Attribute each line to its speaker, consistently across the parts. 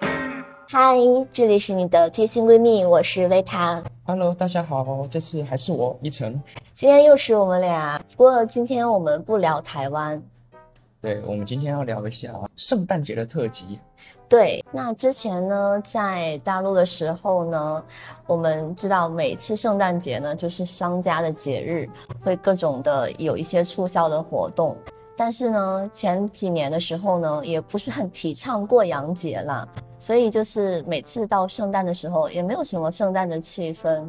Speaker 1: 嗨，这里是你的贴心闺蜜，我是维塔。
Speaker 2: Hello，大家好，这次还是我一晨。
Speaker 1: 今天又是我们俩，不过今天我们不聊台湾。
Speaker 2: 对，我们今天要聊一下圣诞节的特辑。
Speaker 1: 对，那之前呢，在大陆的时候呢，我们知道每次圣诞节呢，就是商家的节日，会各种的有一些促销的活动。但是呢，前几年的时候呢，也不是很提倡过洋节啦，所以就是每次到圣诞的时候，也没有什么圣诞的气氛。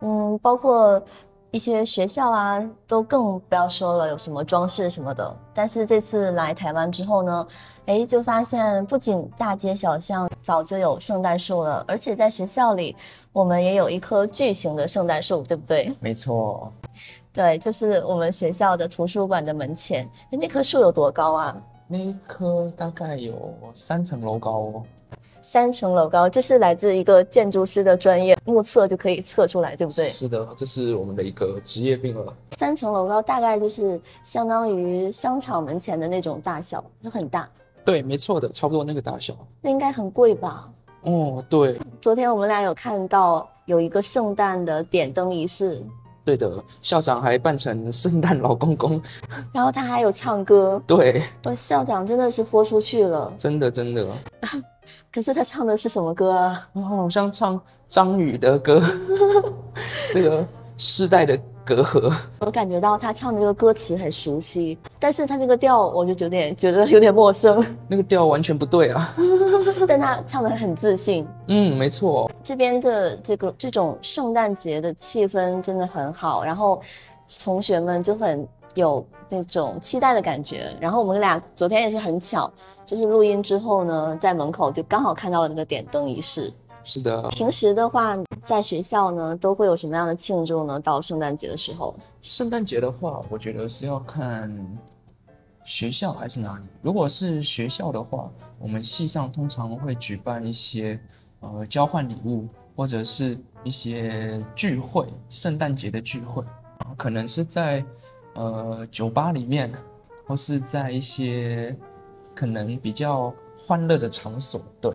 Speaker 1: 嗯，包括一些学校啊，都更不要说了，有什么装饰什么的。但是这次来台湾之后呢，哎，就发现不仅大街小巷早就有圣诞树了，而且在学校里，我们也有一棵巨型的圣诞树，对不对？
Speaker 2: 没错，
Speaker 1: 对，就是我们学校的图书馆的门前，诶那棵树有多高啊？
Speaker 2: 那一棵大概有三层楼高哦。
Speaker 1: 三层楼高，这是来自一个建筑师的专业目测就可以测出来，对不对？
Speaker 2: 是的，这是我们的一个职业病了。
Speaker 1: 三层楼高大概就是相当于商场门前的那种大小，就很大，
Speaker 2: 对，没错的，差不多那个大小。
Speaker 1: 那应该很贵吧？
Speaker 2: 哦，对，
Speaker 1: 昨天我们俩有看到有一个圣诞的点灯仪式，
Speaker 2: 对的，校长还扮成圣诞老公公。
Speaker 1: 然后他还有唱歌，
Speaker 2: 对，
Speaker 1: 我呃校长真的是豁出去了。
Speaker 2: 真的真的，
Speaker 1: 可是他唱的是什么歌啊？
Speaker 2: 然后好像唱张宇的歌， 这个世代的隔阂。
Speaker 1: 我感觉到他唱的这个歌词很熟悉，但是他这个调我就有点觉得有点陌生，
Speaker 2: 那个调完全不对啊。
Speaker 1: 但他唱的很自信。
Speaker 2: 嗯，没错，
Speaker 1: 这边的这个这种圣诞节的气氛真的很好，然后同学们就很有那种期待的感觉。然后我们俩昨天也是很巧，就是录音之后呢，在门口就刚好看到了那个点灯仪式。
Speaker 2: 是的，
Speaker 1: 平时的话，在学校呢都会有什么样的庆祝呢？到圣诞节的时候，
Speaker 2: 圣诞节的话，我觉得是要看学校还是哪里。如果是学校的话，我们系上通常会举办一些呃交换礼物，或者是一些聚会，圣诞节的聚会，啊可能是在呃酒吧里面，或是在一些可能比较欢乐的场所，对，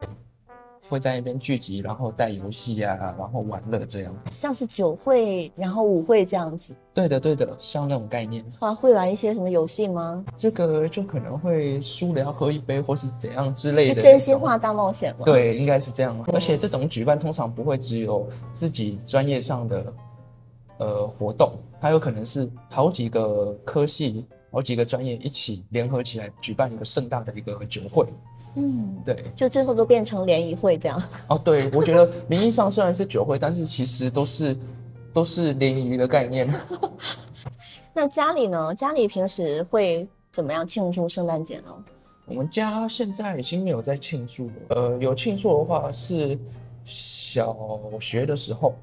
Speaker 2: 会在那边聚集，然后带游戏啊，然后玩乐这样。
Speaker 1: 像是酒会，然后舞会这样子，
Speaker 2: 对的，对的，像那种概念。
Speaker 1: 话会玩一些什么游戏吗？
Speaker 2: 这个就可能会输了要喝一杯，或是怎样之类
Speaker 1: 就
Speaker 2: 的。
Speaker 1: 哎真心。话大冒险吗？，
Speaker 2: 对，应该是这样。而且这种举办通常不会只有自己专业上的呃活动，它有可能是好几个科系、好几个专业一起联合起来举办一个盛大的一个酒会。
Speaker 1: 嗯，
Speaker 2: 对，
Speaker 1: 就最后都变成联谊会这样。
Speaker 2: 哦，对，我觉得名义上虽然是酒会，但是其实都是都是联谊的概念。
Speaker 1: 那家里呢？家里平时会怎么样庆祝圣诞节呢？
Speaker 2: 我们家现在已经没有在庆祝了，呃，有庆祝的话是小学的时候，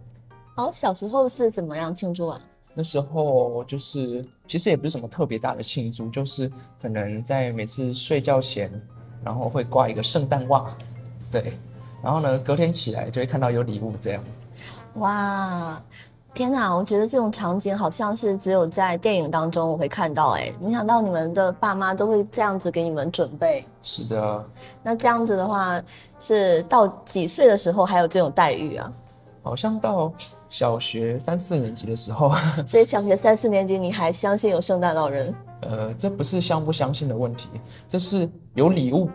Speaker 1: 哦，小时候是怎么样庆祝啊？
Speaker 2: 那时候就是其实也不是什么特别大的庆祝，就是可能在每次睡觉前，然后会挂一个圣诞袜，对，然后呢隔天起来就会看到有礼物这样，
Speaker 1: 哇，天哪！我觉得这种场景好像是只有在电影当中我会看到。哎，没想到你们的爸妈都会这样子给你们准备。
Speaker 2: 是的，
Speaker 1: 那这样子的话，是到几岁的时候还有这种待遇啊？
Speaker 2: 好像到小学三四年级的时候，
Speaker 1: 所以小学三四年级你还相信有圣诞老人？
Speaker 2: 呃，这不是相不相信的问题，这是有礼物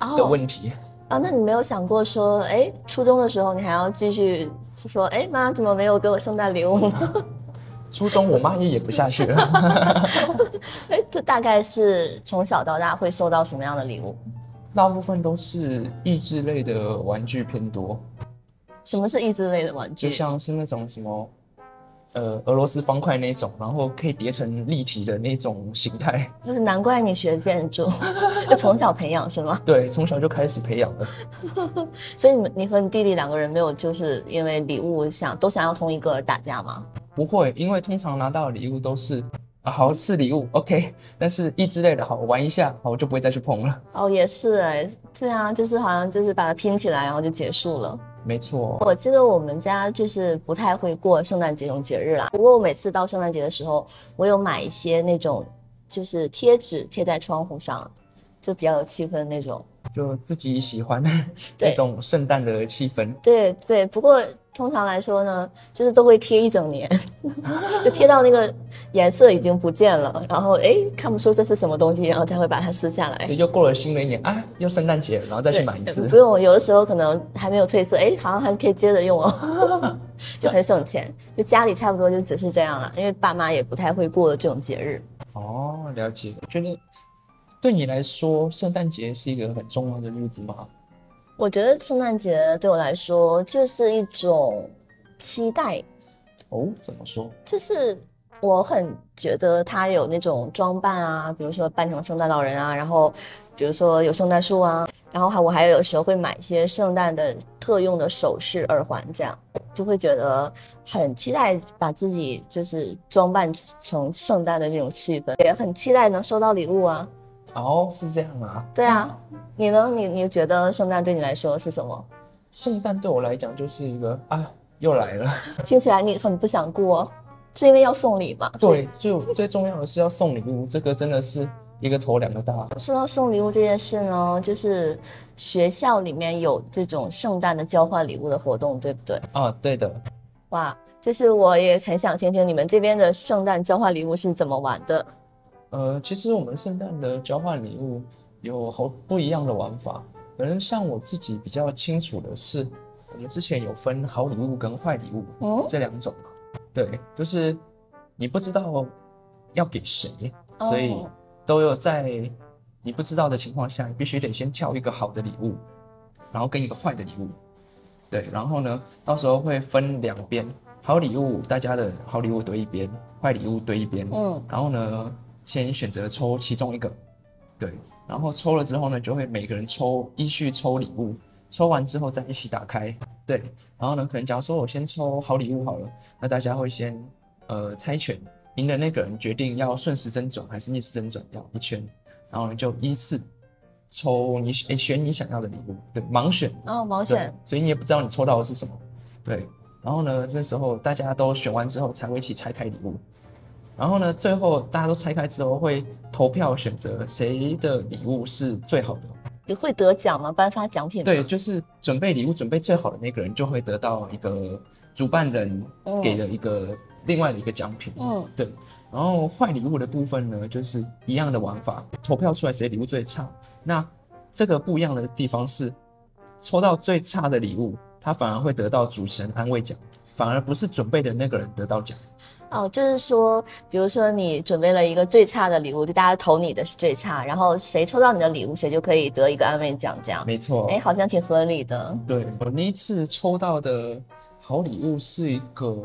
Speaker 2: 的
Speaker 1: 哦
Speaker 2: 问题。
Speaker 1: 啊，那你没有想过说，哎，初中的时候你还要继续说，哎妈，怎么没有给我圣诞礼物？
Speaker 2: 嗯 初中我妈也演不下去了。
Speaker 1: 哎，这大概是从小到大会收到什么样的礼物？
Speaker 2: 大部分都是益智类的玩具偏多，
Speaker 1: 什么是益智类的玩
Speaker 2: 就
Speaker 1: 具？
Speaker 2: 像是那种什么，呃，俄罗斯方块那种，然后可以叠成立体的那种形态。
Speaker 1: 就是难怪你学建筑， 就从小培养是吗？
Speaker 2: 对，从小就开始培养了。
Speaker 1: 所以你们你和你弟弟两个人没有就是因为礼物想都想要同一个而打架吗？
Speaker 2: 不会，因为通常拿到的礼物都是。啊、好是礼物，OK，但是益智类的好玩一下，好我就不会再去碰了。
Speaker 1: 哦，也是哎、对啊，就是好像就是把它拼起来，然后就结束了。
Speaker 2: 没错，
Speaker 1: 我记得我们家就是不太会过圣诞节这种节日啦。不过我每次到圣诞节的时候，我有买一些那种就是贴纸贴在窗户上，就比较有气氛那种。
Speaker 2: 就自己喜欢
Speaker 1: 对
Speaker 2: 那种圣诞的气氛。
Speaker 1: 对对，不过通常来说呢，就是都会贴一整年， 就贴到那个颜色已经不见了，然后哎看不出这是什么东西，然后才会把它撕下来
Speaker 2: 所。以又过了新的一年啊，又圣诞节，然后再去
Speaker 1: 对
Speaker 2: 买一
Speaker 1: 呃
Speaker 2: 次
Speaker 1: 不。用，有的时候可能还没有褪色，哎，好像还可以接着用哦， 就很省钱。就家里差不多就只是这样了，因为爸妈也不太会过这种节日。
Speaker 2: 哦，了解。觉得对你来说，圣诞节是一个很重要的日子吗？
Speaker 1: 我觉得圣诞节对我来说就是一种期待，
Speaker 2: 哦，怎么说？
Speaker 1: 就是我很觉得他有那种装扮啊，比如说扮成圣诞老人啊，然后比如说有圣诞树啊，然后还我还有时候会买一些圣诞的特用的首饰、耳环，这样就会觉得很期待把自己就是装扮成圣诞的那种气氛，也很期待能收到礼物啊。
Speaker 2: 哦，是这样啊。
Speaker 1: 对啊，你呢？你你觉得圣诞对你来说是什么？
Speaker 2: 圣诞对我来讲就是一个啊，又来了。
Speaker 1: 听起来你很不想过，是因为要送礼吗？所以
Speaker 2: 对，就最重要的是要送礼物，这个真的是一个头两个大。
Speaker 1: 说到送礼物这件事呢，就是学校里面有这种圣诞的交换礼物的活动，对不对？
Speaker 2: 啊，对的。
Speaker 1: 哇，就是我也很想听听你们这边的圣诞交换礼物是怎么玩的。
Speaker 2: 呃，其实我们圣诞的交换礼物有好不一样的玩法，可能像我自己比较清楚的是，我们之前有分好礼物跟坏礼物
Speaker 1: 嗯
Speaker 2: 这两种，对，就是你不知道要给谁，
Speaker 1: 哦
Speaker 2: 所以都有在你不知道的情况下，你必须得先挑一个好的礼物，然后跟一个坏的礼物，对，然后呢，到时候会分两边，好礼物大家的好礼物堆一边，坏礼物堆一边，
Speaker 1: 嗯，
Speaker 2: 然后呢，先选择抽其中一个，对，然后抽了之后呢，就会每个人抽依序抽礼物，抽完之后再一起打开，对，然后呢，可能假如说我先抽好礼物好了，那大家会先呃猜拳，赢的那个人决定要顺时针转还是逆时针转，要一圈，然后呢就依次抽你选选你想要的礼物，对，盲选，
Speaker 1: 然后毛
Speaker 2: 对
Speaker 1: 选，，
Speaker 2: 所以你也不知道你抽到的是什么，对。然后呢，那时候大家都选完之后才会一起拆开礼物，然后呢，最后大家都拆开之后会投票选择谁的礼物是最好的，
Speaker 1: 你会得奖吗？颁发奖品吗？
Speaker 2: 对，，就是准备礼物准备最好的那个人就会得到一个主办人
Speaker 1: 嗯
Speaker 2: 给的一个另外的一个奖品，
Speaker 1: 嗯，
Speaker 2: 对。然后坏礼物的部分呢，就是一样的玩法，投票出来谁礼物最差。那这个不一样的地方是，抽到最差的礼物，他反而会得到主持人安慰奖，反而不是准备的那个人得到奖。
Speaker 1: 哦，就是说，比如说你准备了一个最差的礼物，就大家投你的是最差，然后谁抽到你的礼物，谁就可以得一个安慰奖，这样。
Speaker 2: 没错，
Speaker 1: 哎，好像挺合理的。
Speaker 2: 对我那一次抽到的好礼物是一个，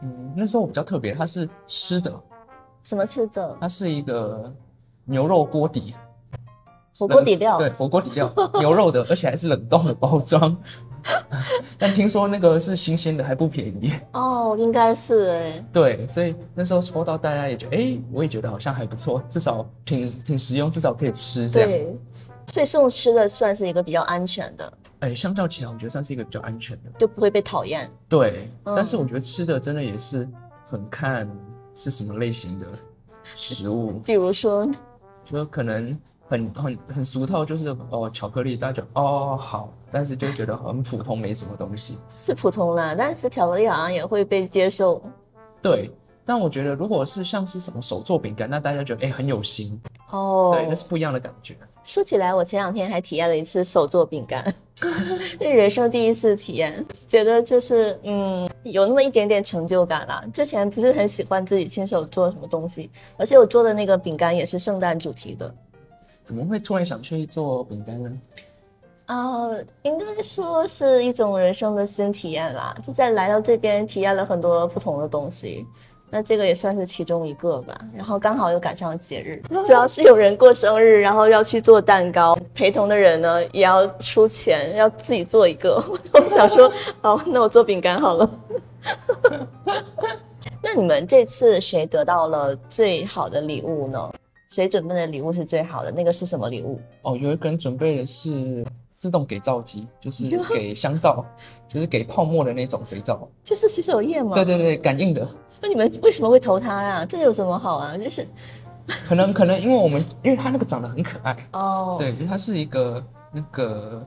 Speaker 2: 嗯，那时候我比较特别，它是吃的，
Speaker 1: 什么吃的？
Speaker 2: 它是一个牛肉锅底，
Speaker 1: 火锅底料。
Speaker 2: 呃对，火锅底料，牛肉的，而且还是冷冻的包装。 但听说那个是新鲜的，还不便宜。
Speaker 1: 哦，应该是哎。
Speaker 2: 对，所以那时候抽到，大家也觉得，哎、我也觉得好像还不错，至少挺挺实用，至少可以吃这样。
Speaker 1: 对，所以送吃的算是一个比较安全的，
Speaker 2: 哎、相较起来，我觉得算是一个比较安全的。
Speaker 1: 就不会被讨厌。
Speaker 2: 对，
Speaker 1: 嗯
Speaker 2: 但是我觉得吃的真的也是很看是什么类型的食物，
Speaker 1: 比如说，
Speaker 2: 就可能很很很俗套，就是哦巧克力，大家就哦好，但是就觉得很普通，没什么东西。
Speaker 1: 是普通啦，但是巧克力好像也会被接受，
Speaker 2: 对，但我觉得如果是像是什么手做饼干，那大家觉得哎、很有心，
Speaker 1: 哦
Speaker 2: 对，那是不一样的感觉。
Speaker 1: 说起来，我前两天还体验了一次手做饼干， 那人生第一次体验，觉得就是嗯，有那么一点点成就感啦。之前不是很喜欢自己亲手做什么东西，而且我做的那个饼干也是圣诞主题的。
Speaker 2: 怎么会突然想去做饼干呢？
Speaker 1: 啊、应该说是一种人生的新体验啦，就在来到这边体验了很多不同的东西，那这个也算是其中一个吧。然后刚好又赶上节日，主要是有人过生日，然后要去做蛋糕，陪同的人呢也要出钱，要自己做一个。 我想说，好，那我做饼干好了。 那你们这次谁得到了最好的礼物呢？谁准备的礼物是最好的？那个是什么礼物？
Speaker 2: 哦，有一个人准备的是自动给皂机，就是给香 皂，就是给泡沫的那种肥皂。
Speaker 1: 就是洗手液吗？
Speaker 2: 对对对，感应的。
Speaker 1: 那你们为什么会投他呀、这有什么好啊？就是
Speaker 2: 可能可能因为我们因为它那个长得很可爱，
Speaker 1: 哦，
Speaker 2: 对，它是一个那个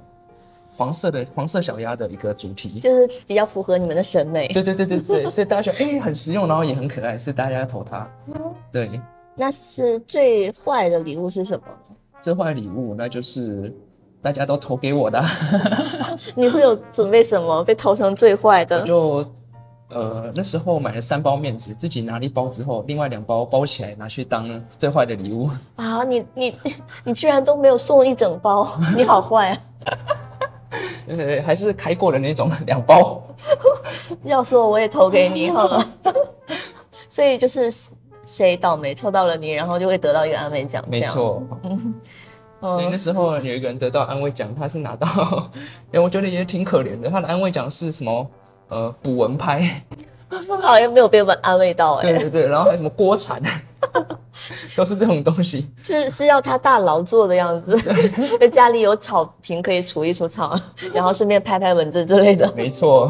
Speaker 2: 黄色的黄色小鸭的一个主题。
Speaker 1: 就是比较符合你们的审美。
Speaker 2: 对对对对对，所以大家觉得哎、很实用，然后也很可爱，所以大家要投它。
Speaker 1: 哦
Speaker 2: 对，
Speaker 1: 那是最坏的礼物是什么呢？
Speaker 2: 最坏礼物那就是大家都投给我的啊，
Speaker 1: 你是有准备什么被投成最坏的？
Speaker 2: 就呃那时候买了三包面纸，自己拿了一包之后，另外两包包起来拿去当最坏的 礼物。
Speaker 1: 啊，你你 你居然都没有送一整 包，你好坏啊！
Speaker 2: 呃，还是开过的那种 两包。
Speaker 1: 要说我也投给你好了。 所以就是谁倒霉抽到了你，然后就会得到一个安慰奖，
Speaker 2: 没
Speaker 1: 这样。
Speaker 2: 错，所以那
Speaker 1: 嗯，
Speaker 2: 时候有一个人得到安慰奖，他是拿到， 哎，我觉得也挺可怜的。他的安慰奖是什么？呃，捕 蚊拍，
Speaker 1: 好像没有被安安慰到哎、
Speaker 2: 对对对，然后还有什么 锅铲，都是这种东西。
Speaker 1: 是是要他大劳作的样子， 在家里有草坪可以除一除草，然后顺便拍拍蚊子之类的。
Speaker 2: 没错，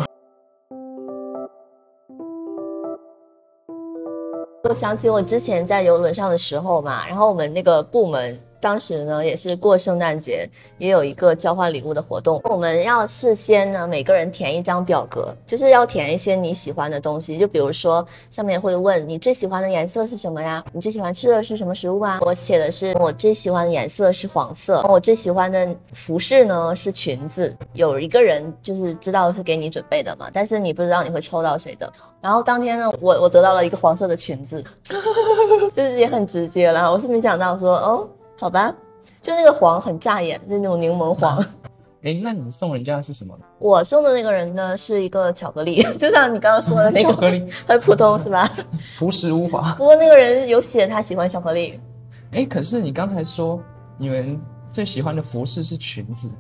Speaker 1: 我想起我之前在游轮上的时候嘛，然后我们那个部门当时呢也是过圣诞节，也有一个交换礼物的活动。我们要事先呢每个人填一张表格，就是要填一些你喜欢的东西，就比如说上面会问你最喜欢的颜色是什么呀？你最喜欢吃的是什么食物啊？我写的是我最喜欢的颜色是黄色，我最喜欢的服饰呢是裙子。有一个人就是知道是给你准备的嘛，但是你不知道你会抽到谁的。然后当天呢，我我得到了一个黄色的裙 子，就是也很直接啦。我是没想到说，哦，好吧，就那个黄很扎眼，那种柠檬黄。
Speaker 2: 哎，那你送人家的是什么？
Speaker 1: 我送的那个人呢是一个巧克力，就像你刚刚说的那
Speaker 2: 巧克
Speaker 1: 个，
Speaker 2: 力，
Speaker 1: 很普通是吧？
Speaker 2: 朴实无华。
Speaker 1: 不过那个人有写他喜欢巧克力，
Speaker 2: 哎，可是你刚才说你们最喜欢的服饰是裙子，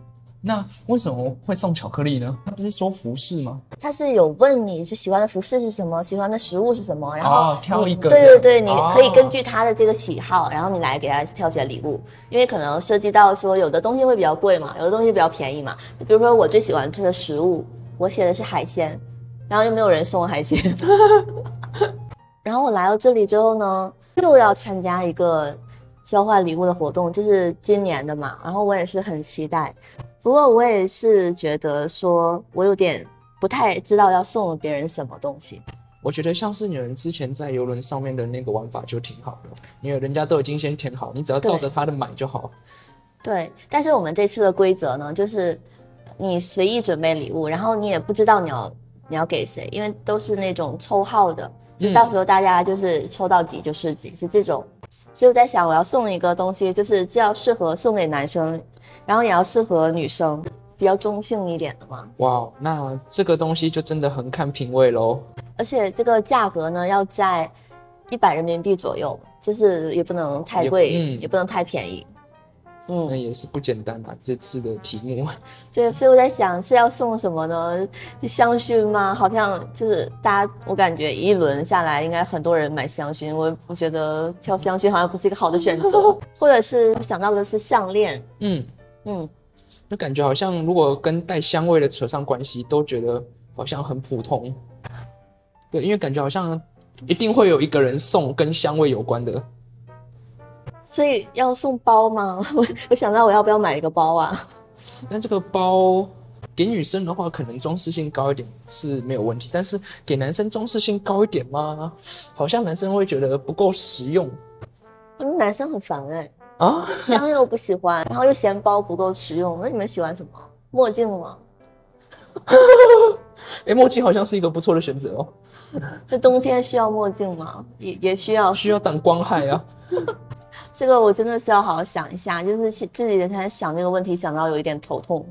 Speaker 2: 那为什么会送巧克力呢？他不是说服饰吗？
Speaker 1: 他是有问你是喜欢的服饰是什么，喜欢的食物是什么，然后
Speaker 2: 哦挑
Speaker 1: 你
Speaker 2: 一个
Speaker 1: 对
Speaker 2: 这样
Speaker 1: 对对，你
Speaker 2: 哦
Speaker 1: 可以根据他的这个喜好，然后你来给他挑选礼物，因为可能涉及到说有的东西会比较贵嘛，有的东西比较便宜嘛。比如说我最喜欢吃的食物，我写的是海鲜，然后又没有人送我海鲜。 然后我来到这里之后呢，又要参加一个交换礼物的活动，就是今年的嘛。然后我也是很期待，不过我也是觉得说我有点不太知道要送别人什么东西。
Speaker 2: 我觉得像是你们之前在游轮上面的那个玩法就挺好的，因为人家都已经先填好，你只要照着他的买就好。
Speaker 1: 对，但是我们这次的规则呢，就是你随意准备礼物，然后你也不知道你要你要给谁，因为都是那种抽号的，就
Speaker 2: 嗯
Speaker 1: 到时候大家就是抽到几就是几，是这种。所以我在想，我要送一个东西，就是既要适合送给男生，然后也要适合女生，比较中性一点的嘛。
Speaker 2: 哇，那这个东西就真的很看品味喽。
Speaker 1: 而且这个价格呢要在一百人民币左右，就是也不能太
Speaker 2: 也
Speaker 1: 贵，
Speaker 2: 嗯
Speaker 1: 也不能太便宜。嗯
Speaker 2: 那，也是不简单啊，这次的题目。
Speaker 1: 对，所以我在想是要送什么呢？香薰吗？好像就是大家，我感觉一轮下来，应该很多人买香薰。我我觉得挑香薰好像不是一个好的选择，或者是想到的是项链，
Speaker 2: 嗯，
Speaker 1: 嗯，
Speaker 2: 就感觉好像如果跟带香味的扯上关系，都觉得好像很普通。对，因为感觉好像一定会有一个人送跟香味有关的。
Speaker 1: 所以要送包吗？ 我我想到我要不要买一个包啊？
Speaker 2: 但这个包给女生的话，可能装饰性高一点是没有问题，但是给男生装饰性高一点吗？好像男生会觉得不够实用
Speaker 1: 你们男生很烦哎、
Speaker 2: 啊。
Speaker 1: 香又不喜欢，然后又嫌包不够实用。那你们喜欢什么？墨镜吗？
Speaker 2: 诶，哎墨镜好像是一个不错的选择哦，
Speaker 1: 那冬天需要墨镜吗？也也需要。
Speaker 2: 需要挡光害啊。
Speaker 1: 这个我真的是要好好想一下，就是其这几天才想这个问题，想到有一点头 痛，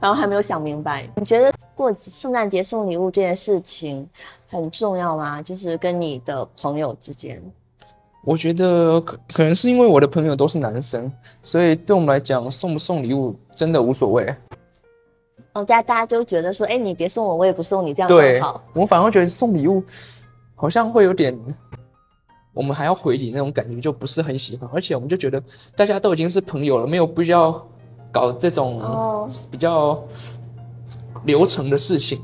Speaker 1: 然后还没有想明白。你觉得过圣诞节送礼物这件事情很重要吗？就是跟你的朋友之间，
Speaker 2: 我觉得可可能是因为我的朋友都是男生，所以对我们来讲，送不送礼物真的无所谓。
Speaker 1: 哦，大家大家都觉得说，哎，你别送我，我也不送你，这样
Speaker 2: 对
Speaker 1: 很好。，
Speaker 2: 我反而觉得送礼物好像会有点，我们还要回礼那种感觉，就不是很喜欢。而且我们就觉得大家都已经是朋友了，没有必要搞这种
Speaker 1: 哦，
Speaker 2: 比较流程的事情。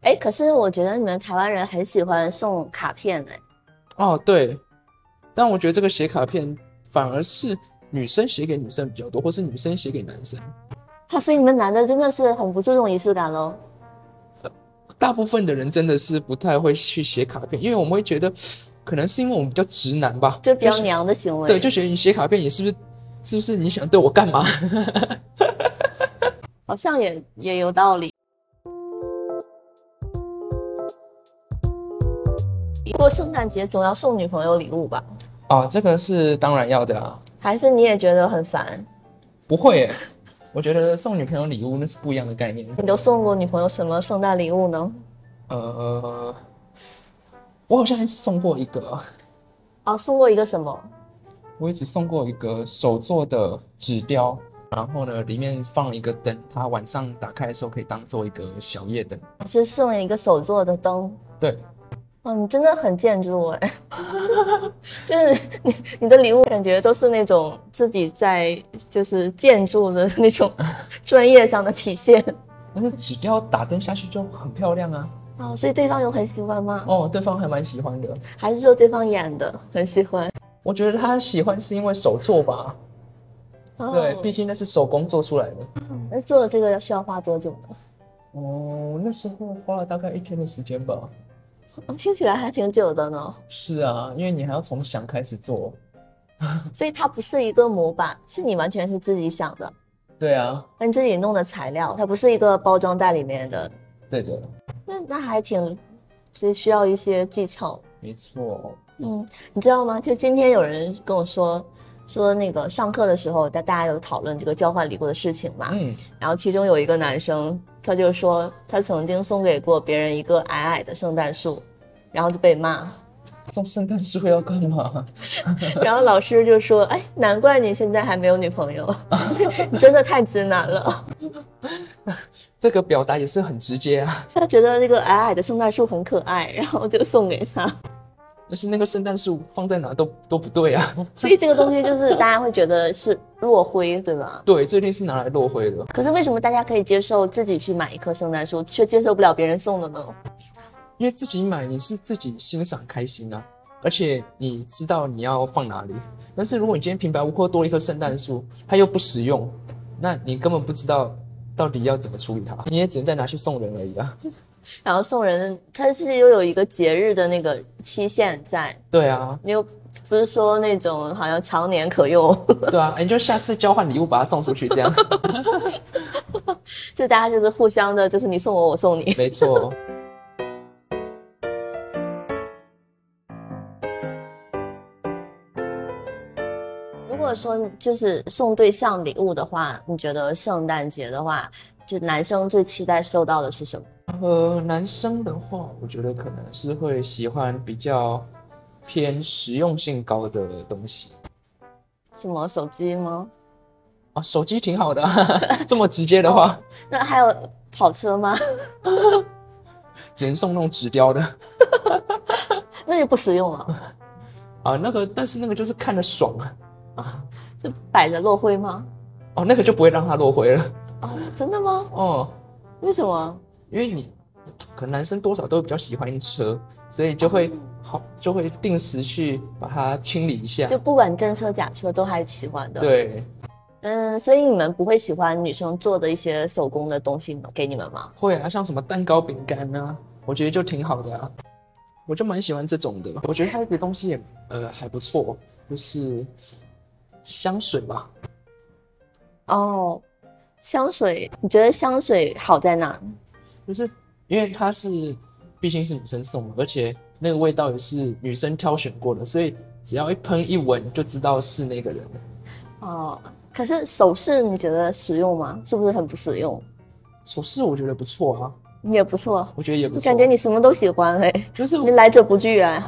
Speaker 1: 哎，可是我觉得你们台湾人很喜欢送卡片，哎，
Speaker 2: 哦，对，但我觉得这个写卡片反而是女生写给女生比较多，或是女生写给男生。
Speaker 1: 啊，所以你们男的真的是很不注重仪式感喽。
Speaker 2: 大部分的人真的是不太会去写卡片，因为我们会觉得， 可能是因为我们比较直男吧，
Speaker 1: 就比较
Speaker 2: 是
Speaker 1: 娘的行为。
Speaker 2: 对，就觉得你写卡片，你是不是是不是你想对我干 嘛？
Speaker 1: 好像也也有道理。过圣诞节总要送女朋友礼物吧？
Speaker 2: 啊，这个是当然要的啊，
Speaker 1: 还是你也觉得很烦？
Speaker 2: 不会耶，我觉得送女朋友礼物那是不一样的概念。
Speaker 1: 你都送过女朋友什么圣诞礼物呢？
Speaker 2: 呃，我好像一直送过一个，
Speaker 1: 啊，送过一个什么？
Speaker 2: 我一直送过一个手做的纸雕，然后呢，里面放了一个灯，它晚上打开的时候可以当做一个小夜灯。
Speaker 1: 就是送了一个手做的灯。
Speaker 2: 对，
Speaker 1: 哦，你真的很建筑哎、 就是你你的礼物感觉都是那种自己在就是建筑的那种专业上的体现
Speaker 2: 但是纸雕打灯下去就很漂亮啊。
Speaker 1: 哦，所以对方有很喜欢吗？
Speaker 2: 哦，对方还蛮喜欢的，
Speaker 1: 还是说对方演的很喜欢？
Speaker 2: 我觉得他喜欢是因为手做吧，对，毕
Speaker 1: 哦，
Speaker 2: 竟那是手工做出来的。
Speaker 1: 那做了这个需要花多久呢？
Speaker 2: 哦，那时候花了大概一天的时间吧。
Speaker 1: 哦听起来还挺久的呢。
Speaker 2: 是啊，因为你还要从想开始做。
Speaker 1: 所以它不是一个模板，是你完全是自己想的，
Speaker 2: 对啊，
Speaker 1: 那你自己弄的材料，它不是一个包装袋里面的。
Speaker 2: 对的，
Speaker 1: 那那还挺，是需要一些技巧。
Speaker 2: 没错。
Speaker 1: 嗯，你知道吗？就今天有人跟我说，说那个上课的时候，大大家有讨论这个交换礼物的事情嘛。
Speaker 2: 嗯，
Speaker 1: 然后其中有一个男生，他就说他曾经送给过别人一个矮矮的圣诞树，然后就被骂。
Speaker 2: 送圣诞树要干嘛？
Speaker 1: 然后老师就说：“哎，难怪你现在还没有女朋友， 你真的太直男了。
Speaker 2: 这个表达也是很直接啊。”
Speaker 1: 他觉得这个矮矮的圣诞树很可爱，然后就送给他。
Speaker 2: 但是那个圣诞树放在哪都都不对啊。
Speaker 1: 所以这个东西就是大家会觉得是落灰，对吧？
Speaker 2: 对，这一定是拿来落灰的。
Speaker 1: 可是为什么大家可以接受自己去买一棵圣诞树，却接受不了别人送的呢？
Speaker 2: 因为自己买你是自己欣赏开心啊，而且你知道你要放哪里。但是如果你今天平白无故多了一棵圣诞树，它又不实用，那你根本不知道到底要怎么处理它，你也只能再拿去送人而已啊。
Speaker 1: 然后送人，它是又有一个节日的那个期限在，
Speaker 2: 对啊，
Speaker 1: 你又不是说那种好像常年可用，
Speaker 2: 对啊，你就下次交换礼物把它送出去，这样
Speaker 1: 就大家就是互相的，就是你送我，我送你。
Speaker 2: 没错。
Speaker 1: 如果说就是送对象礼物的话，你觉得圣诞节的话，就男生最期待收到的是什么？
Speaker 2: 呃，男生的话，我觉得可能是会喜欢比较偏实用性高的东西
Speaker 1: 什么手机吗？
Speaker 2: 啊，手机挺好的、 啊，这么直接的话，
Speaker 1: 那还有跑车吗？
Speaker 2: 只能送那种纸雕的。
Speaker 1: 那就不实用了，
Speaker 2: 啊，那个，但是那个就是看着爽啊，
Speaker 1: 就摆着落灰吗？
Speaker 2: 哦，那个就不会让它落灰了，
Speaker 1: 哦，真的吗？
Speaker 2: 哦，
Speaker 1: 为什么？
Speaker 2: 因为你可能男生多少都会比较喜欢车，所以就会好，就会定时去把它清理一下
Speaker 1: 就，不管真车假车都还喜欢的。，
Speaker 2: 对，
Speaker 1: 嗯，所以你们不会喜欢女生做的一些手工的东西给你们吗？
Speaker 2: 会啊，像什么蛋糕、饼干啊，我觉得就挺好的啊，我就蛮喜欢这种的，我觉得它有个东西也呃还不错，就是香水吧，
Speaker 1: 哦，香水，你觉得香水好在哪儿？
Speaker 2: 就是因为它是毕竟是女生送的，而且那个味道也是女生挑选过的，所以只要一喷一闻就知道是那个人了。
Speaker 1: 哦，可是首饰你觉得实用吗？是不是很不实用？
Speaker 2: 首饰我觉得不错啊，
Speaker 1: 你也不错，
Speaker 2: 我觉得也不
Speaker 1: 我
Speaker 2: 错。啊
Speaker 1: 感觉你什么都喜欢哎，
Speaker 2: 就是
Speaker 1: 你来者不拒哎。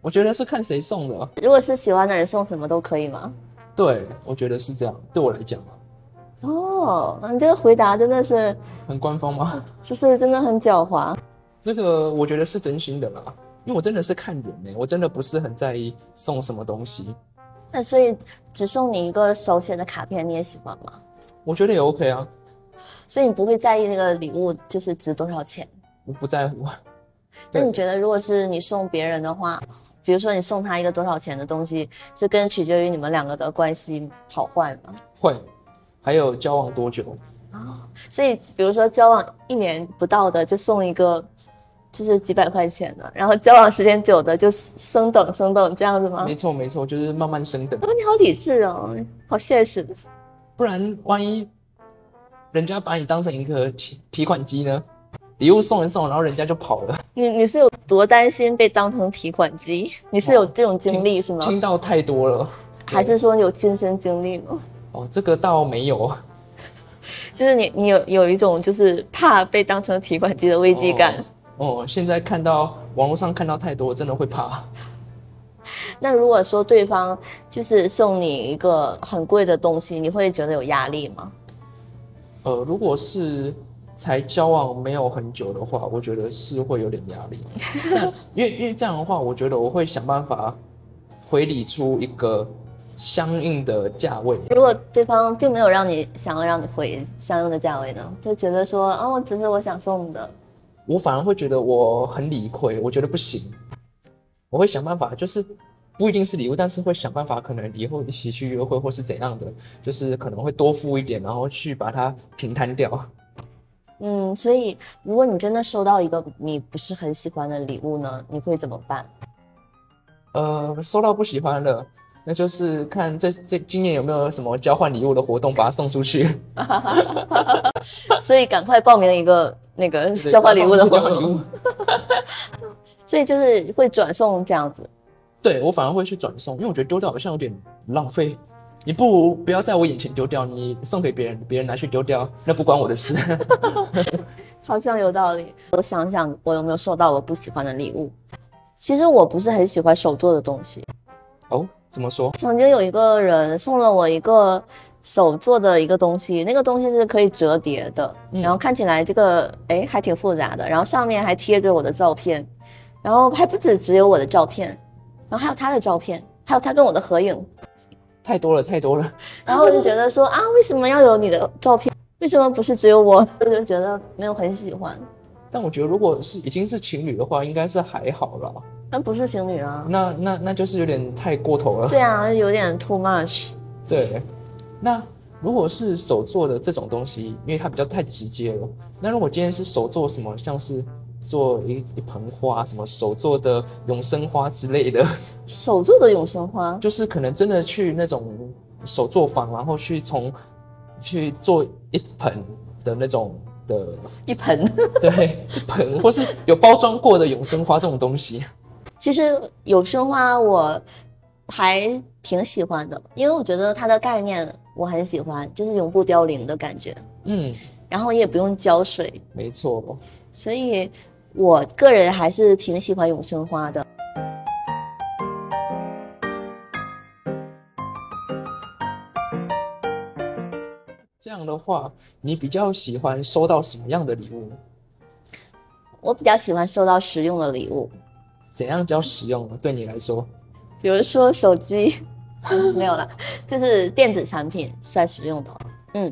Speaker 2: 我觉得是看谁送的，啊
Speaker 1: 如果是喜欢的人送什么都可以吗？
Speaker 2: 对我觉得是这样，对我来讲啊，
Speaker 1: 哦，你这个回答真的是，
Speaker 2: 很官方
Speaker 1: 嗯
Speaker 2: 吗？
Speaker 1: 就是真的很狡猾。
Speaker 2: 这个我觉得是真心的啦，因为我真的是看人呢、我真的不是很在意送什么东西，
Speaker 1: 那所以只送你一个手写的卡片，你也喜欢吗？
Speaker 2: 我觉得也 OK 啊，
Speaker 1: 所以你不会在意那个礼物就是值多少钱？
Speaker 2: 我不在乎。
Speaker 1: 那你
Speaker 2: 对
Speaker 1: 觉得，如果是你送别人的话，比如说你送他一个多少钱的东西，是跟取决于你们两个的关系好坏吗？
Speaker 2: 会，还有交往多久？
Speaker 1: 所以，比如说交往一年不到的，就送一个，就是几百块钱的；然后交往时间久的，就升等升等这样子吗？
Speaker 2: 没嗯错没错，就是慢慢升等
Speaker 1: 哦，，你好理智哦，好现实。
Speaker 2: 不然万一人家把你当成一个提提款机呢？礼物送一送，然后人家就跑了。
Speaker 1: 你你是有多担心被当成提款机？你是有这种经历是吗？
Speaker 2: 听到太多了，
Speaker 1: 还是说你有亲身经历吗？
Speaker 2: 哦，这个倒没有。
Speaker 1: 就是你你有有一种就是怕被当成提款机的危机感。
Speaker 2: 哦，现在看到网络上看到太多，真的会怕。
Speaker 1: 那如果说对方就是送你一个很贵的东西，你会觉得有压力吗？
Speaker 2: 呃，如果是才交往没有很久的话，我觉得是会有点压力。但因为因为这样的话，我觉得我会想办法回礼出一个相应的价位。
Speaker 1: 如果对方并没有让你想要让你回相应的价位呢，就觉得说，哦，只是我想送的，
Speaker 2: 我反而会觉得我很理亏，我觉得不行，我会想办法，就是不一定是礼物，但是会想办法，可能以后一起去约会或是怎样的，就是可能会多付一点，然后去把它平摊掉。
Speaker 1: 嗯，所以如果你真的收到一个你不是很喜欢的礼物呢，你会怎么办？
Speaker 2: 呃，收到不喜欢的，那就是看这这今年有没有什么交换礼物的活动，把它送出去。
Speaker 1: 所以赶快报名一个那个 交换礼物的活
Speaker 2: 交换礼
Speaker 1: 动，
Speaker 2: 物。
Speaker 1: 所以就是会转送这样子。
Speaker 2: 对我反而会去转送，因为我觉得丢掉好像有点浪费。你不如不要在我眼前丢掉，你送给别人，别人拿去丢掉，那不关我的事。
Speaker 1: 好像有道理。我想想，我有没有收到我不喜欢的礼物？其实我不是很喜欢手做的东西。
Speaker 2: 哦，怎么说？
Speaker 1: 曾经有一个人送了我一个手做的一个东西，那个东西是可以折叠的，
Speaker 2: 嗯
Speaker 1: 然后看起来这个哎还挺复杂的，然后上面还贴着我的照片，然后还不止只有我的照片，然后还有他的照片，还有他跟我的合影，
Speaker 2: 太多了，太多了。
Speaker 1: 然后我就觉得说啊，为什么要有你的照片？为什么不是只有我？ 我就觉得没有很喜欢，
Speaker 2: 但我觉得，如果是已经是情侣的话，应该是还好啦。
Speaker 1: 但不是情侣啊。
Speaker 2: 那那那就是有点太过头了。
Speaker 1: 对啊，有点 too much。
Speaker 2: 对，那如果是手做的这种东西，因为它比较太直接了。那如果今天是手做什么，像是做一一盆花，什么手做的永生花之类的，
Speaker 1: 手做的永生花，
Speaker 2: 就是可能真的去那种手作坊，然后去从去做一盆的那种的，
Speaker 1: 一盆。
Speaker 2: 对，一盆或是有包装过的永生花这种东西。
Speaker 1: 其实永生花我还挺喜欢的，因为我觉得它的概念我很喜欢，就是永不凋零的感觉，
Speaker 2: 嗯，
Speaker 1: 然后也不用浇水，
Speaker 2: 没错。
Speaker 1: 所以我个人还是挺喜欢永生花的。
Speaker 2: 这样的话，你比较喜欢收到什么样的礼物？
Speaker 1: 我比较喜欢收到实用的礼物，
Speaker 2: 怎样叫实用呢？对你来说，
Speaker 1: 比如说手机， 没有了，就是电子产品算实用的。嗯，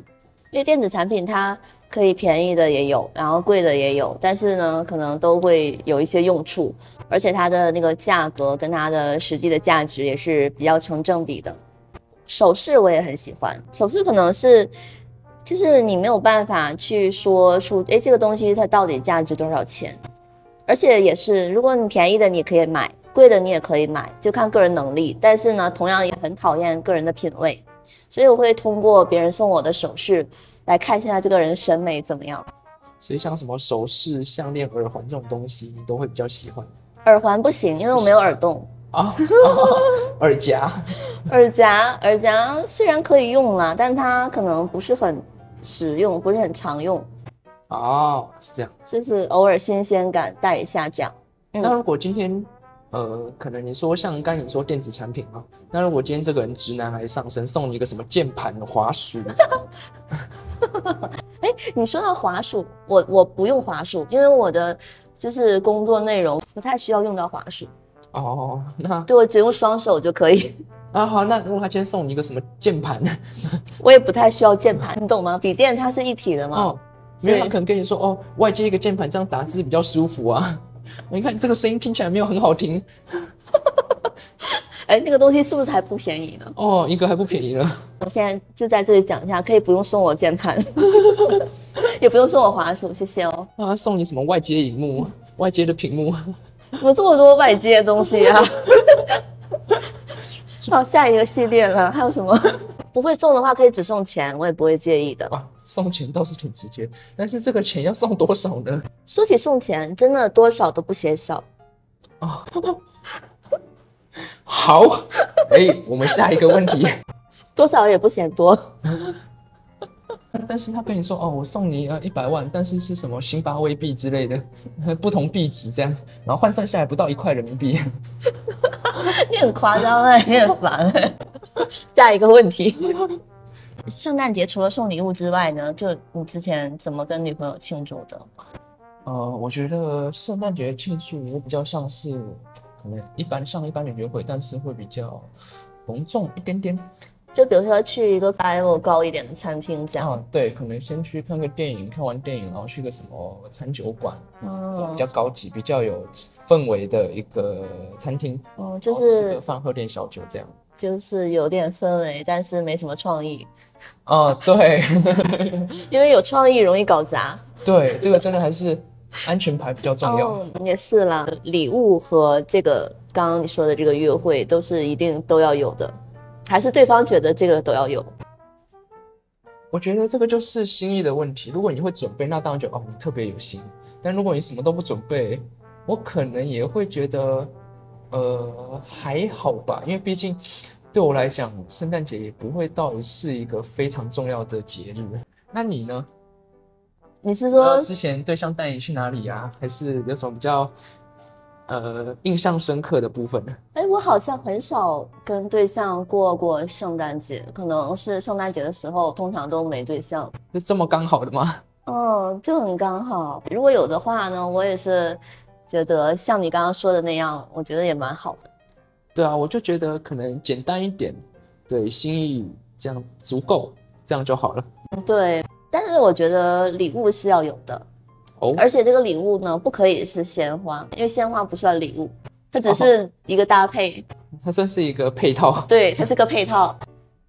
Speaker 1: 因为电子产品它可以便宜的也有，然后贵的也有，但是呢，可能都会有一些用处，而且它的那个价格跟它的实际的价值也是比较成正比的。首饰我也很喜欢，首饰可能是。就是你没有办法去说出，诶，这个东西它到底价值多少钱？而且也是，如果你便宜的你可以买，贵的你也可以买，就看个人能力。但是呢，同样也很考验个人的品味，所以我会通过别人送我的首饰来看一下这个人审美怎么样。
Speaker 2: 所以像什么首饰、项链、耳环这种东西，你都会比较喜欢
Speaker 1: 耳环不行，因为我没有耳洞。
Speaker 2: 啊、耳夹，
Speaker 1: 耳夹，耳夹虽然可以用啦，但它可能不是很实用，不是很常用，
Speaker 2: 哦，是这样。
Speaker 1: 就是偶尔新鲜感带一下这样。嗯
Speaker 2: 那如果今天，呃，可能你说像刚才你说电子产品嘛，那如果今天这个人直男来上身，送你一个什么键盘、滑鼠，
Speaker 1: 你说到滑鼠，我我不用滑鼠，因为我的就是工作内容不太需要用到滑鼠。
Speaker 2: 哦，那
Speaker 1: 对我只用双手就可以，
Speaker 2: 那好，那如果他今天送你一个什么键盘，
Speaker 1: 我也不太需要键盘，你懂吗？笔电它是一体的嘛，
Speaker 2: 哦，没有，
Speaker 1: 对
Speaker 2: 他可能跟你说哦，外接一个键盘，这样打字比较舒服啊。 你看这个声音听起来没有很好听
Speaker 1: 哎，那个东西是不是还不便宜呢？
Speaker 2: 哦，一个还不便宜了。
Speaker 1: 我现在就在这里讲一下，可以不用送我键盘， 也不用送我滑鼠，谢谢哦。
Speaker 2: 那啊他送你什么外接荧幕、外接的屏 幕？
Speaker 1: 怎么这么多外接的东西啊？ 好，下一个系列了，还有什么？不会送的话，可以只送钱，我也不会介意的。
Speaker 2: 啊，送钱倒是挺直接，但是这个钱要送多少呢？
Speaker 1: 说起送钱，真的多少都不嫌少。
Speaker 2: 好， 哎、我们下一个问题。
Speaker 1: 多少也不嫌多。
Speaker 2: 但是他跟你说哦，我送你呃一百万，但是是什么新巴威币之类的，呃不同币值这样，然后换算下来不到一块人民币。
Speaker 1: 你很夸张哎、你很烦哎、 下一个问题，圣诞节除了送礼物之外呢，就你之前怎么跟女朋友庆祝的？
Speaker 2: 呃，我觉得圣诞节庆祝我比较像是可能一般像一般的约会，但是会比较隆重一点点。
Speaker 1: 就比如说去一个 level 高一点的餐厅这样。
Speaker 2: 啊，对，可能先去看个电影，看完电影然后去个什么餐酒馆，这种比
Speaker 1: 嗯
Speaker 2: 较高级、比较有氛围的一个餐厅，
Speaker 1: 嗯，就
Speaker 2: 然后吃个
Speaker 1: 是
Speaker 2: 饭喝点小酒这样。
Speaker 1: 就是有点氛围，但是没什么创意，
Speaker 2: 啊，对
Speaker 1: 因为有创意容易搞砸。
Speaker 2: 对，这个真的还是安全牌比较重要。
Speaker 1: 哦，也是啦，礼物和这个刚刚你说的这个约会都是一定都要有的，还是对方觉得这个都要有。
Speaker 2: 我觉得这个就是心意的问题。如果你会准备，那当然就哦，你特别有心。但如果你什么都不准备，我可能也会觉得，呃，还好吧，因为毕竟对我来讲，圣诞节也不会到是一个非常重要的节日。那你呢？
Speaker 1: 你是
Speaker 2: 呃，
Speaker 1: 说
Speaker 2: 之前对象带你去哪里呀、还是有什么比较呃印象深刻的部分呢？
Speaker 1: 哎，我好像很少跟对象过过圣诞节，可能是圣诞节的时候，通常都没对象。
Speaker 2: 是这么刚好的吗？
Speaker 1: 嗯，就很刚好。如果有的话呢，我也是觉得像你刚刚说的那样，我觉得也蛮好的。
Speaker 2: 对啊，我就觉得可能简单一点，对，心意这样足够，这样就好了。
Speaker 1: 嗯对，但是我觉得礼物是要有的，
Speaker 2: 哦，
Speaker 1: 而且这个礼物呢，不可以是鲜花，因为鲜花不算礼物，它只是一个搭配，
Speaker 2: 它算是一个配套
Speaker 1: 对，它是个配套，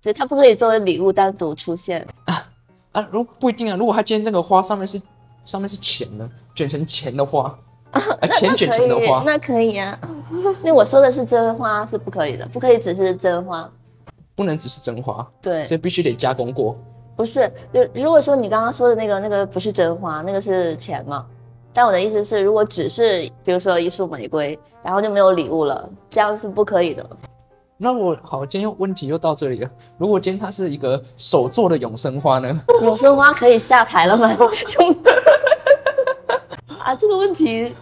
Speaker 1: 所以它不可以作为礼物单独出现。
Speaker 2: 啊。如不一定啊，如果它今天这个花上面是上面是钱呢，卷成钱 的花，啊，钱卷成的花，
Speaker 1: 那可以呀、那我说的是真花是不可以的，不可以只是真花。
Speaker 2: 不能只是真花，
Speaker 1: 对，
Speaker 2: 所以必须得加工过。
Speaker 1: 不是。就如果说你刚刚说的那个那个不是真花，那个是钱嘛。但我的意思是，如果只是比如说一束玫瑰，然后就没有礼物了，这样是不可以的。
Speaker 2: 那我好，今天问题又到这里了。如果今天它是一个手做的永生花呢？
Speaker 1: 永生花可以下台了吗？就 啊，这个问题。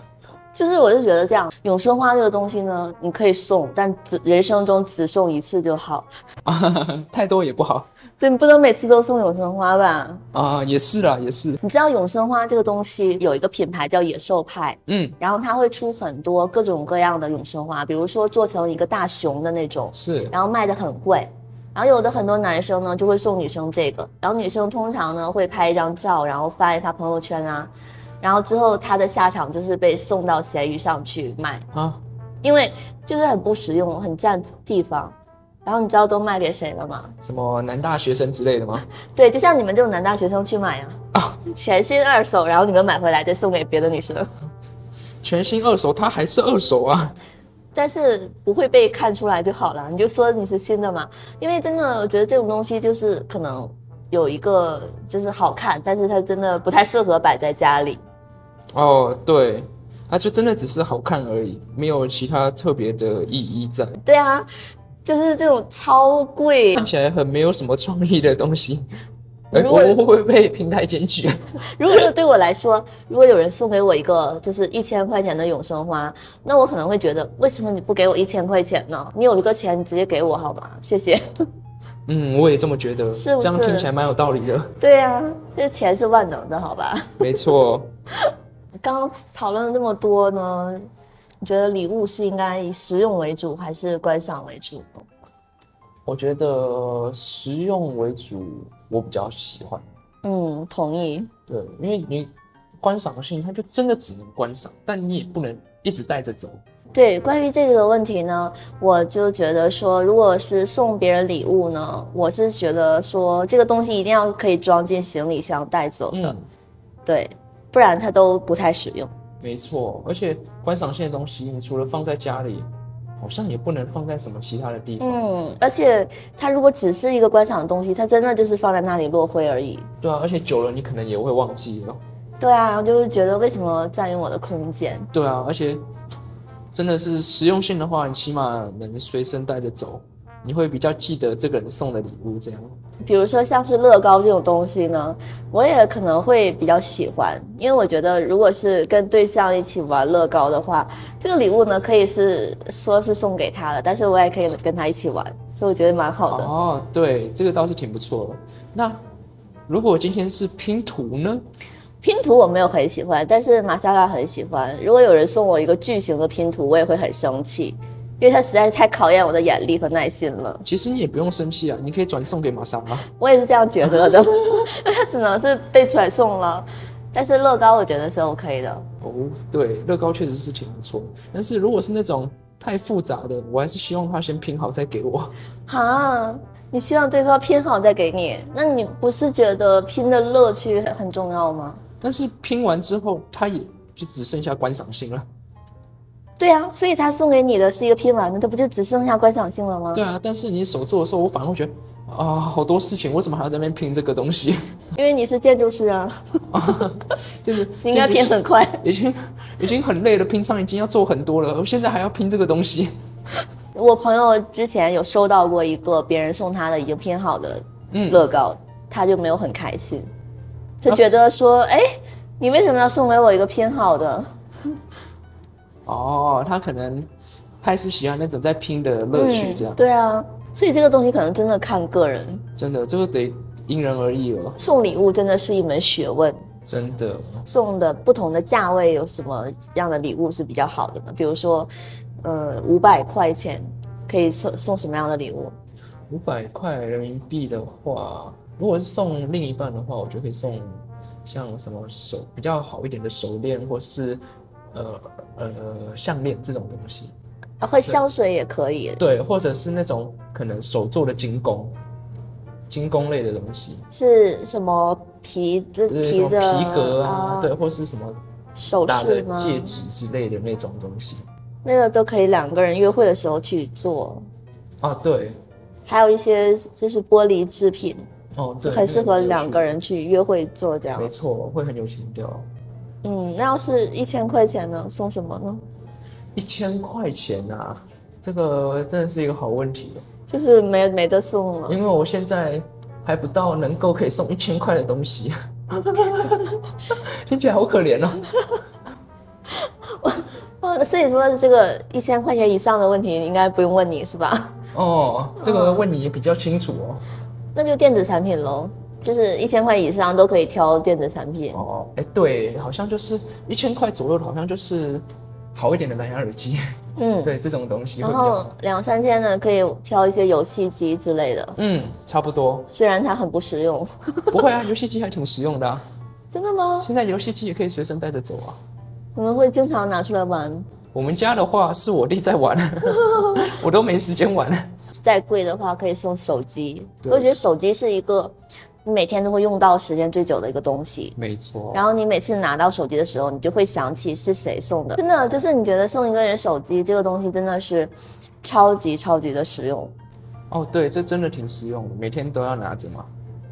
Speaker 1: 就是，我就觉得这样，永生花这个东西呢，你可以送，但只人生中只送一次就好。
Speaker 2: 啊，太多也不好
Speaker 1: 对，你不能每次都送永生花吧？
Speaker 2: 啊，也是啦，也是，
Speaker 1: 你知道永生花这个东西有一个品牌叫野兽派，
Speaker 2: 嗯，
Speaker 1: 然后它会出很多各种各样的永生花，比如说做成一个大熊的那种，
Speaker 2: 是
Speaker 1: 然后卖的很贵。然后有的很多男生呢就会送女生这个，然后女生通常呢会拍一张照，然后发一发朋友圈啊，然后之后她的下场就是被送到闲鱼上去卖，
Speaker 2: 啊，
Speaker 1: 因为就是很不实用，很占地方。然后你知道都卖给谁了吗？
Speaker 2: 什么男大学生之类的吗？
Speaker 1: 对，就像你们这种男大学生去买呀、啊，全新二手，然后你们买回来再送给别的女生，
Speaker 2: 全新二手，它还是二手啊。
Speaker 1: 但是不会被看出来就好了，你就说你是新的嘛。因为真的，我觉得这种东西就是可能有一个就是好看，但是它真的不太适合摆在家里。
Speaker 2: 哦，对，它就真的只是好看而已，没有其他特别的意义在，
Speaker 1: 对啊，就是这种超贵
Speaker 2: 看，起来很没有什么创意的东西。哎
Speaker 1: 如
Speaker 2: 我
Speaker 1: 果
Speaker 2: 会不会被平台检举？
Speaker 1: 如果对我来说，如果有人送给我一个就是一千块钱的永生花，那我可能会觉得，为什么你不给我一千块钱呢？你有这个钱，你直接给我好吗？谢谢。
Speaker 2: 嗯，我也这么觉得，
Speaker 1: 是不
Speaker 2: 这样
Speaker 1: 是
Speaker 2: 听起来蛮有道理 的。
Speaker 1: 对呀、这钱是万能的，好吧？
Speaker 2: 没错，
Speaker 1: 刚刚讨论了这么多呢，你觉得礼物是应该以实用为主还是观赏为主？
Speaker 2: 我觉得实用为主，我比较喜欢。
Speaker 1: 嗯，同意。
Speaker 2: 对，因为你观赏性，它就真的只能观赏，但你也不能一直带着走。
Speaker 1: 对，关于这个问题呢，我就觉得说，如果是送别人礼物呢，我是觉得说这个东西一定要可以装进行李箱带走的，
Speaker 2: 嗯，
Speaker 1: 对，不然它都不太实用。
Speaker 2: 没错。而且观赏性的东西，你除了放在家里，好像也不能放在什么其他的地方。
Speaker 1: 嗯，而且它如果只是一个观赏的东西，它真的就是放在那里落灰而已。
Speaker 2: 对啊，而且久了你可能也会忘记了。
Speaker 1: 对啊，我就是觉得为什么占用我的空间？
Speaker 2: 对啊，而且真的是实用性的话，你起码能随身带着走，你会比较记得这个人送的礼物这样。
Speaker 1: 比如说像是乐高这种东西呢，我也可能会比较喜欢，因为我觉得如果是跟对象一起玩乐高的话，这个礼物呢可以是说是送给他的，但是我也可以跟他一起玩，所以我觉得蛮好的。
Speaker 2: 哦，对，这个倒是挺不错的。那如果今天是拼图呢？
Speaker 1: 拼图我没有很喜欢，但是玛莎拉很喜欢。如果有人送我一个巨型的拼图，我也会很生气，因为它实在是太考验我的眼力和耐心了。
Speaker 2: 其实你也不用生气啊，你可以转送给玛莎拉。
Speaker 1: 我也是这样觉得的， 它只能是被转送了。但是乐高我觉得是 OK 的。
Speaker 2: 哦，对，乐高确实是挺不错的，但是如果是那种太复杂的，我还是希望他先拼好再给我。
Speaker 1: 啊，你希望对方拼好再给你，那你不是觉得拼的乐趣很很重要吗？
Speaker 2: 但是拼完之后，他也就只剩下观赏性了。
Speaker 1: 对啊，所以他送给你的是一个拼完的，那不就只剩下观赏性了吗？
Speaker 2: 对啊，但是你手做的时候，我反而会觉得啊、好多事情，为什么还要在那边拼这个东西？
Speaker 1: 因为你是建筑师啊，
Speaker 2: 就是
Speaker 1: 你 应该拼很快。
Speaker 2: 已经已经很累了，平常已经要做很多了，我现在还要拼这个东西。
Speaker 1: 我朋友之前有收到过一个别人送他的已经拼好的乐高，他就没有很开心，他觉得说，哎、你为什么要送给我一个拼好的？
Speaker 2: 哦，他可能还是喜欢那种在拼的乐趣，这样、
Speaker 1: 对啊，所以这个东西可能真的看个人，
Speaker 2: 真的这个得因人而异了，
Speaker 1: 送礼物真的是一门学问。
Speaker 2: 真的。
Speaker 1: 送的不同的价位有什么样的礼物是比较好的呢？比如说，呃，五百块钱可以送送什么样的礼物？
Speaker 2: 五百块人民币的话，如果是送另一半的话，我就可以送像什么手比较好一点的手链，或是呃呃项链这种东西。
Speaker 1: 啊，会香水也可以，
Speaker 2: 对，或者是那种可能手做的精工，精工类的东西，
Speaker 1: 是什么皮子
Speaker 2: 就是什
Speaker 1: 皮
Speaker 2: 么
Speaker 1: 子
Speaker 2: 皮革啊，对，或是什么
Speaker 1: 首
Speaker 2: 大的
Speaker 1: 饰吗？
Speaker 2: 戒指之类的那种东西。
Speaker 1: 那个都可以两个人约会的时候去做，
Speaker 2: 啊，对，
Speaker 1: 还有一些就是玻璃制品，
Speaker 2: 哦，对，
Speaker 1: 很适合两个
Speaker 2: 人，
Speaker 1: 人去约会做这样
Speaker 2: 没。错，会很有情调。
Speaker 1: 嗯，那要是一千块钱呢，送什么呢？
Speaker 2: 一千块钱啊，这个真的是一个好问题哦。哦
Speaker 1: 就是没没得送了。
Speaker 2: 因为我现在还不到能够可以送一千块的东西， 听起来好可怜哦。
Speaker 1: 哦，所以说这个一千块钱以上的问题应该不用问你是吧？
Speaker 2: 哦，这个问你也比较清楚哦。
Speaker 1: 那就电子产品喽，就是一千块以上都可以挑电子产品。
Speaker 2: 哦，哎，对，好像就是一千块左右的，好像就是好一点的蓝牙耳机，
Speaker 1: 嗯，
Speaker 2: 对这种东西
Speaker 1: 然
Speaker 2: 会比较
Speaker 1: 后
Speaker 2: 好。
Speaker 1: 两三千呢可以挑一些游戏机之类的，。
Speaker 2: 嗯，差不多
Speaker 1: 虽然它很不实用。
Speaker 2: 不会啊，游戏机还挺实用的、啊，
Speaker 1: 真的吗？
Speaker 2: 现在游戏机也可以随身带着走啊。
Speaker 1: 你们会经常拿出来玩？
Speaker 2: 我们家的话是我弟在玩， 我都没时间玩。
Speaker 1: 再贵的话可以送手机，
Speaker 2: 对
Speaker 1: 我觉得手机是一个你每天都会用到时间最久的一个东西。
Speaker 2: 没错
Speaker 1: 然后你每次拿到手机的时候，你就会想起是谁送的。真的，就是你觉得送一个人手机这个东西真的是超级超级的实用，
Speaker 2: 哦，对，这真的挺实用的，每天都要拿着嘛。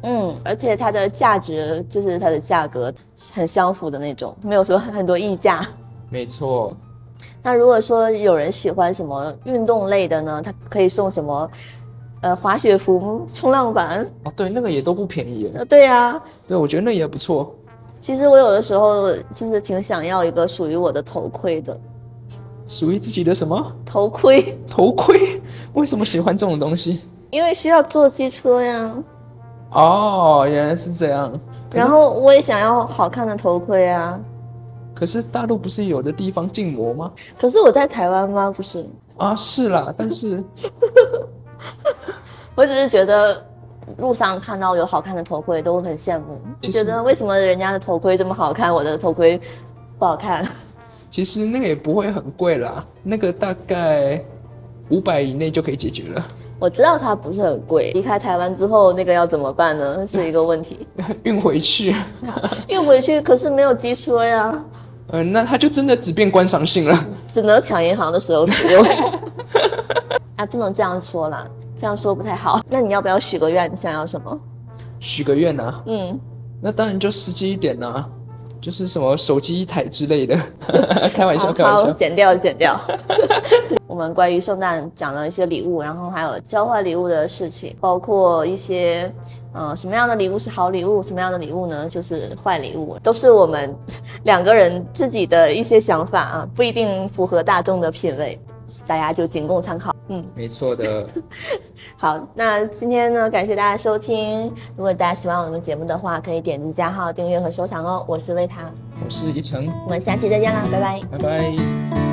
Speaker 1: 嗯，而且它的价值就是它的价格很相符的那种，没有说很多溢价。
Speaker 2: 没错，
Speaker 1: 那如果说有人喜欢什么运动类的呢，他可以送什么？呃，滑雪服、冲浪板，
Speaker 2: 哦，对，那个也都不便宜耶。
Speaker 1: 呃，对呀、
Speaker 2: 对，我觉得那也不错。
Speaker 1: 其实我有的时候就是挺想要一个属于我的头盔的
Speaker 2: 属于自己的什么
Speaker 1: 头盔，
Speaker 2: 头盔？ 为什么喜欢这种东西？
Speaker 1: 因为需要坐机车呀。
Speaker 2: 哦，原来是这样。可
Speaker 1: 然
Speaker 2: 是
Speaker 1: 后我也想要好看的头盔啊，
Speaker 2: 可是大陆不是有的地方禁摩吗？
Speaker 1: 可是我在台湾吗？不是，
Speaker 2: 啊，是啦， 但是
Speaker 1: 我只是觉得路上看到有好看的头盔都会很羡慕，
Speaker 2: 其
Speaker 1: 就
Speaker 2: 实
Speaker 1: 觉得为什么人家的头盔这么好看，我的头盔不好看？
Speaker 2: 其实那个也不会很贵啦，那个大概五百以内就可以解决了。
Speaker 1: 我知道它不是很贵，离开台湾之后那个要怎么办呢？是一个问 题。
Speaker 2: 运回去，
Speaker 1: 运回去可是没有机车呀，
Speaker 2: 嗯、那它就真的只变观赏性了。
Speaker 1: 只能抢银行的时候使用。 哎，不能这样说啦，这样说不太好。那你要不要许个愿？你想要什么？
Speaker 2: 许个愿呐、
Speaker 1: 嗯，
Speaker 2: 那当然就实际一点呐、啊就是什么手机一台之类的， 开玩笑，开玩
Speaker 1: 好，
Speaker 2: 笑。
Speaker 1: 剪掉，剪掉。 我们关于圣诞讲了一些礼物，然后还有交换礼物的事情，包括一些，呃，什么样的礼物是好礼物，什么样的礼物呢就是坏礼物，都是我们两个人自己的一些想法啊，不一定符合大众的品味，大家就仅供参考。嗯，
Speaker 2: 没错的，
Speaker 1: 好，那今天呢，感谢大家收听。如果大家喜欢我们节目的话，可以点击加号订阅和收藏哦。我是魏塔，
Speaker 2: 我是一成，
Speaker 1: 我们下期再见啦，拜拜。
Speaker 2: 拜拜。